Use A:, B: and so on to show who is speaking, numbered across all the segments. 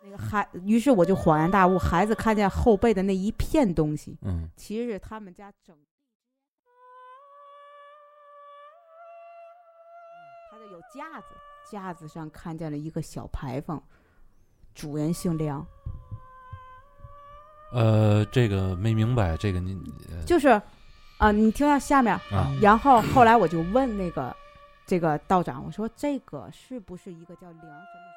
A: 那个孩，于是我就恍然大悟，孩子看见后背的那一片东西，
B: 嗯，
A: 其实是他们家整。他的有架子，架子上看见了一个小牌坊，主人姓梁，
B: 呃，这个没明白，这个您呃
A: 就是，啊、你听到下面，
B: 啊，
A: 然后后来我就问那个这个道长，我说这个是不是一个叫梁什么什么？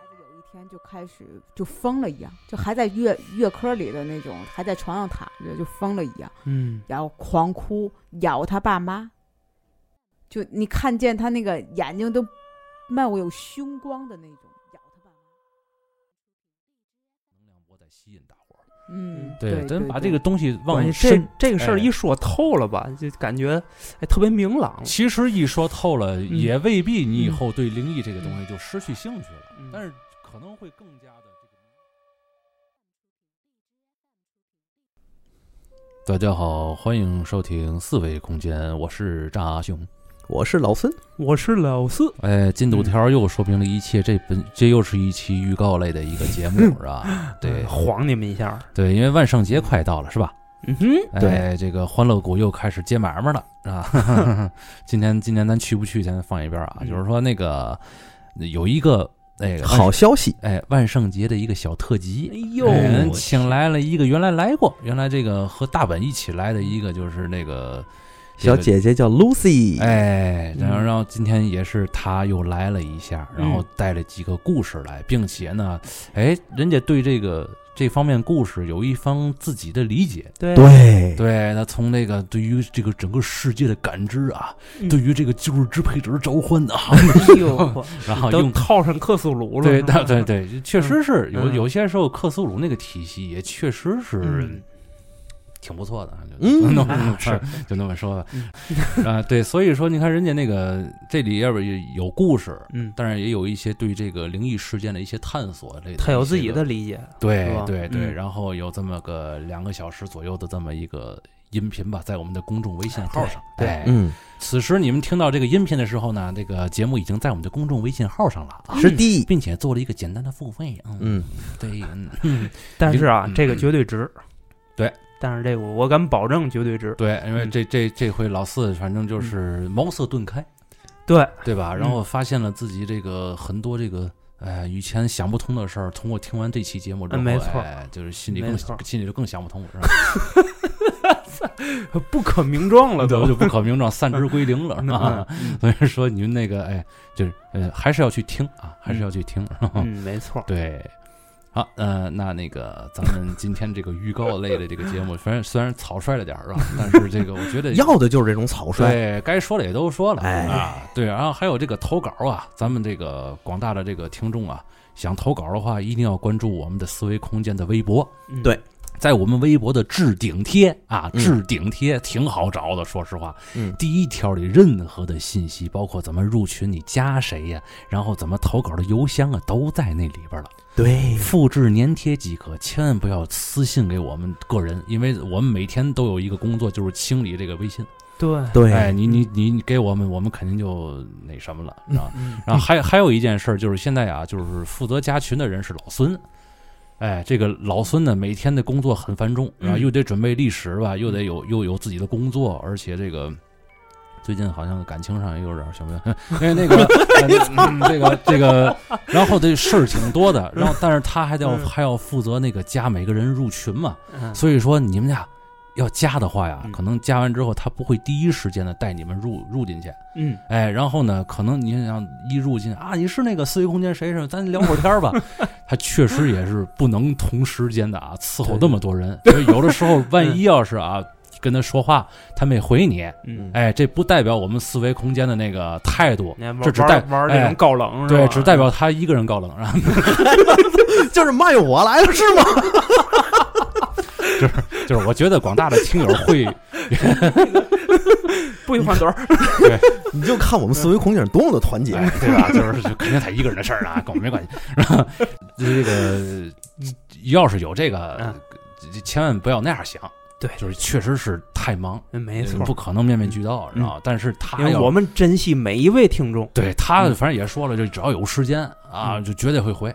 A: 孩子有一天就开始就疯了一样，就还在月月科里的那种，还在床上躺着就疯了一样，
C: 嗯，
A: 然后狂哭，咬他爸妈。就你看见他那个眼睛都漫有凶光的那种，咬他爸妈。
B: 能量波在吸引大伙儿。
A: 嗯，
B: 对，咱
A: 对
B: 把这个东西往
C: 关键
B: 深
C: 这这个事儿
B: 哎
C: 一说透了吧，就感觉哎特别明朗。
B: 其实一说透了，也未必你以后对灵异这个东西就失去兴趣了，
C: 嗯
B: 但是可能会更加的这个。大家好，欢迎收听四维空间，我是炸熊。
D: 我是老孙，
C: 我是老四，
B: 哎，进度条又说明了一切，这本这又是一期预告类的一个节 目，是吧？对
C: 晃你们一下。
B: 对，因为万圣节快到了，是吧？
C: 嗯哼，对，
B: 哎，这个欢乐谷又开始接买卖了啊！ 今天今天咱去不去，咱放一边啊。
C: 嗯
B: 就是说那个有一个那个
D: 好
B: 万
D: 消息，
B: 哎万圣节的一个小特
C: 哎
B: 辑，
C: 呦，
D: 哎
B: 哎
D: 我
B: 请来了一个原来来过，原来这个和大本一起来的一个就是那个
D: 小。
B: 这个
D: 姐姐叫 Lucy，，
B: 哎，
C: 嗯
B: 然后然后今天也是他又来了一下，
C: 嗯
B: 然后带了几个故事来，并且呢，哎，人家对这个这方面故事有一方自己的理解，
C: 对
D: 对，
B: 对他从那个对于这个整个世界的感知啊，
C: 嗯
B: 对于这个旧日支配者的召唤啊，
C: 哎呦，
B: 然后
C: 都
B: 啊用
C: 套上克苏鲁了。
B: 对
C: 是吧
B: 对对，对，确实是有
C: 嗯
B: 有些时候克苏鲁那个体系也确实是
C: 嗯
B: 挺不错的，
D: 嗯
B: 就
C: 啊是
B: 就那么说吧，
C: 嗯
B: 啊对，所以说你看人家那个这里要不也有故事，
C: 嗯，
B: 当然也有一些对这个灵异事件的一些探索类的一些个，
C: 他有自己的理解。
B: 对
C: 是吧
B: 对对，
C: 嗯
B: 然后有这么个两个小时左右的这么一个音频吧，在我们的公众微信号上。
C: 对对
B: 哎
D: 嗯，
B: 此时你们听到这个音频的时候呢，这个节目已经在我们的公众微信号上了啊，
D: 是第，
B: 并且做了一个简单的付费。嗯，
D: 哦嗯，
B: 对，嗯，
C: 但是啊
B: 嗯，
C: 这个绝对值。
B: 对，
C: 但是这个我敢保证绝对值。
B: 对，因为这这这回老四反正就是茅塞顿开，
C: 对，
B: 对吧？
C: 嗯
B: 然后发现了自己这个很多这个。哎，以前想不通的事儿，通过听完这期节目之后，
C: 嗯没错
B: 哎，就是心里更
C: 没错
B: 心里就更想不通了， 是吧？
C: 不可名状了
B: 就
C: 都。嗯
B: 就不可名状，散之归 零了，是吧？ 所以说您那个哎，就是呃，还是要去听啊， 还是要去听。
C: 嗯，没错。
B: 对，好，呃，那那个咱们今天这个预告类的这个节目，虽然虽然草率了点儿啊，但是这个我觉得
D: 嗯要的就是这种草率，
B: 对该说的也都说了、
D: 哎
B: 啊，对，然后还有这个投稿啊，咱们这个广大的这个听众啊，想投稿的话，一定要关注我们的思维空间的微博，
C: 嗯
D: 对
B: 在我们微博的置顶贴啊，
D: 嗯
B: 置顶贴挺好找的，说实话，
D: 嗯，
B: 第一条里任何的信息，包括怎么入群、你加谁呀、然后怎么投稿的邮箱啊，都在那里边了。
D: 对，
B: 复制粘贴即可，千万不要私信给我们个人，因为我们每天都有一个工作，就是清理这个微信。
C: 对，
B: 哎，
D: 对，
B: 你你你你给我们，我们肯定就那什么了，是吧？
C: 嗯
B: 然后还还有一件事儿，就是现在啊，就是负责加群的人是老孙。哎，这个老孙呢，每天的工作很繁重，然后
C: 嗯
B: 又得准备历史吧，又得有又有自己的工作，而且这个最近好像感情上也有点儿小问，因为那 个、呃嗯、这个这个，然后这事儿挺多的，然后但是他还得要、
C: 嗯
B: 还要负责那个加每个人入群嘛，
C: 嗯
B: 所以说你们俩要加的话呀
C: 嗯，
B: 可能加完之后他不会第一时间的带你们入入进去，
C: 嗯，
B: 哎，然后呢，可能你想一入进啊，你是那个四维空间谁谁，咱聊会儿天 儿吧。他确实也是不能同时间的啊，伺候那么多 人，所以有的时候万一要是啊。跟他说话，他没回你，
C: 嗯，
B: 哎，这不代表我们四维空间的那个态度
C: 你看，玩
B: 这只代
C: 嗯玩玩这
B: 哎
C: 种高冷是吧，
B: 对，只代表他一个人高冷，然后
D: 就是卖我来了是吗？
B: 就是我觉得广大的听友会，
C: 不许换朵儿。
D: 你就看我们四维空间多么的团结，
B: 哎对吧？ 就是就肯定他一个人的事儿啊，跟我没关系。然后这个要是有这个
C: 嗯，
B: 千万不要那样想。
C: 对
B: 就是确实是太忙，
C: 嗯没错嗯
B: 不，可能面面俱到，你知道吧？但是他
C: 因为
B: 要
C: 我们珍惜每一位听众。
B: 对他
C: 嗯
B: 反正也说了，就只要有时间啊，
C: 嗯
B: 就绝对会回。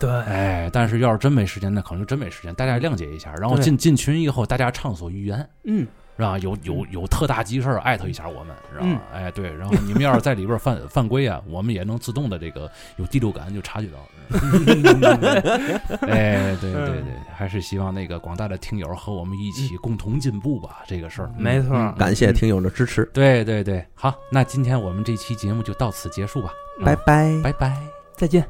C: 对，
B: 哎，但是要是真没时间，那可能就真没时间，大家谅解一下。然后
C: 对
B: 进进群以后，大家畅所欲言，
C: 嗯，
B: 是吧？有有有特大急事儿，艾特一下我们，是吧？
C: 嗯
B: 哎，对。然后你们要是在里边儿犯 犯规啊，我们也能自动的这个有第六感就察觉到。 哎，对对对，还是希望那个广大的听友和我们一起共同进步吧，这个事儿。
C: 没错
B: 嗯
D: 感谢听友的支持，
B: 对对对，好，那今天我们这期节目就到此结束吧，
D: 拜拜。
B: 拜拜。
C: 再见。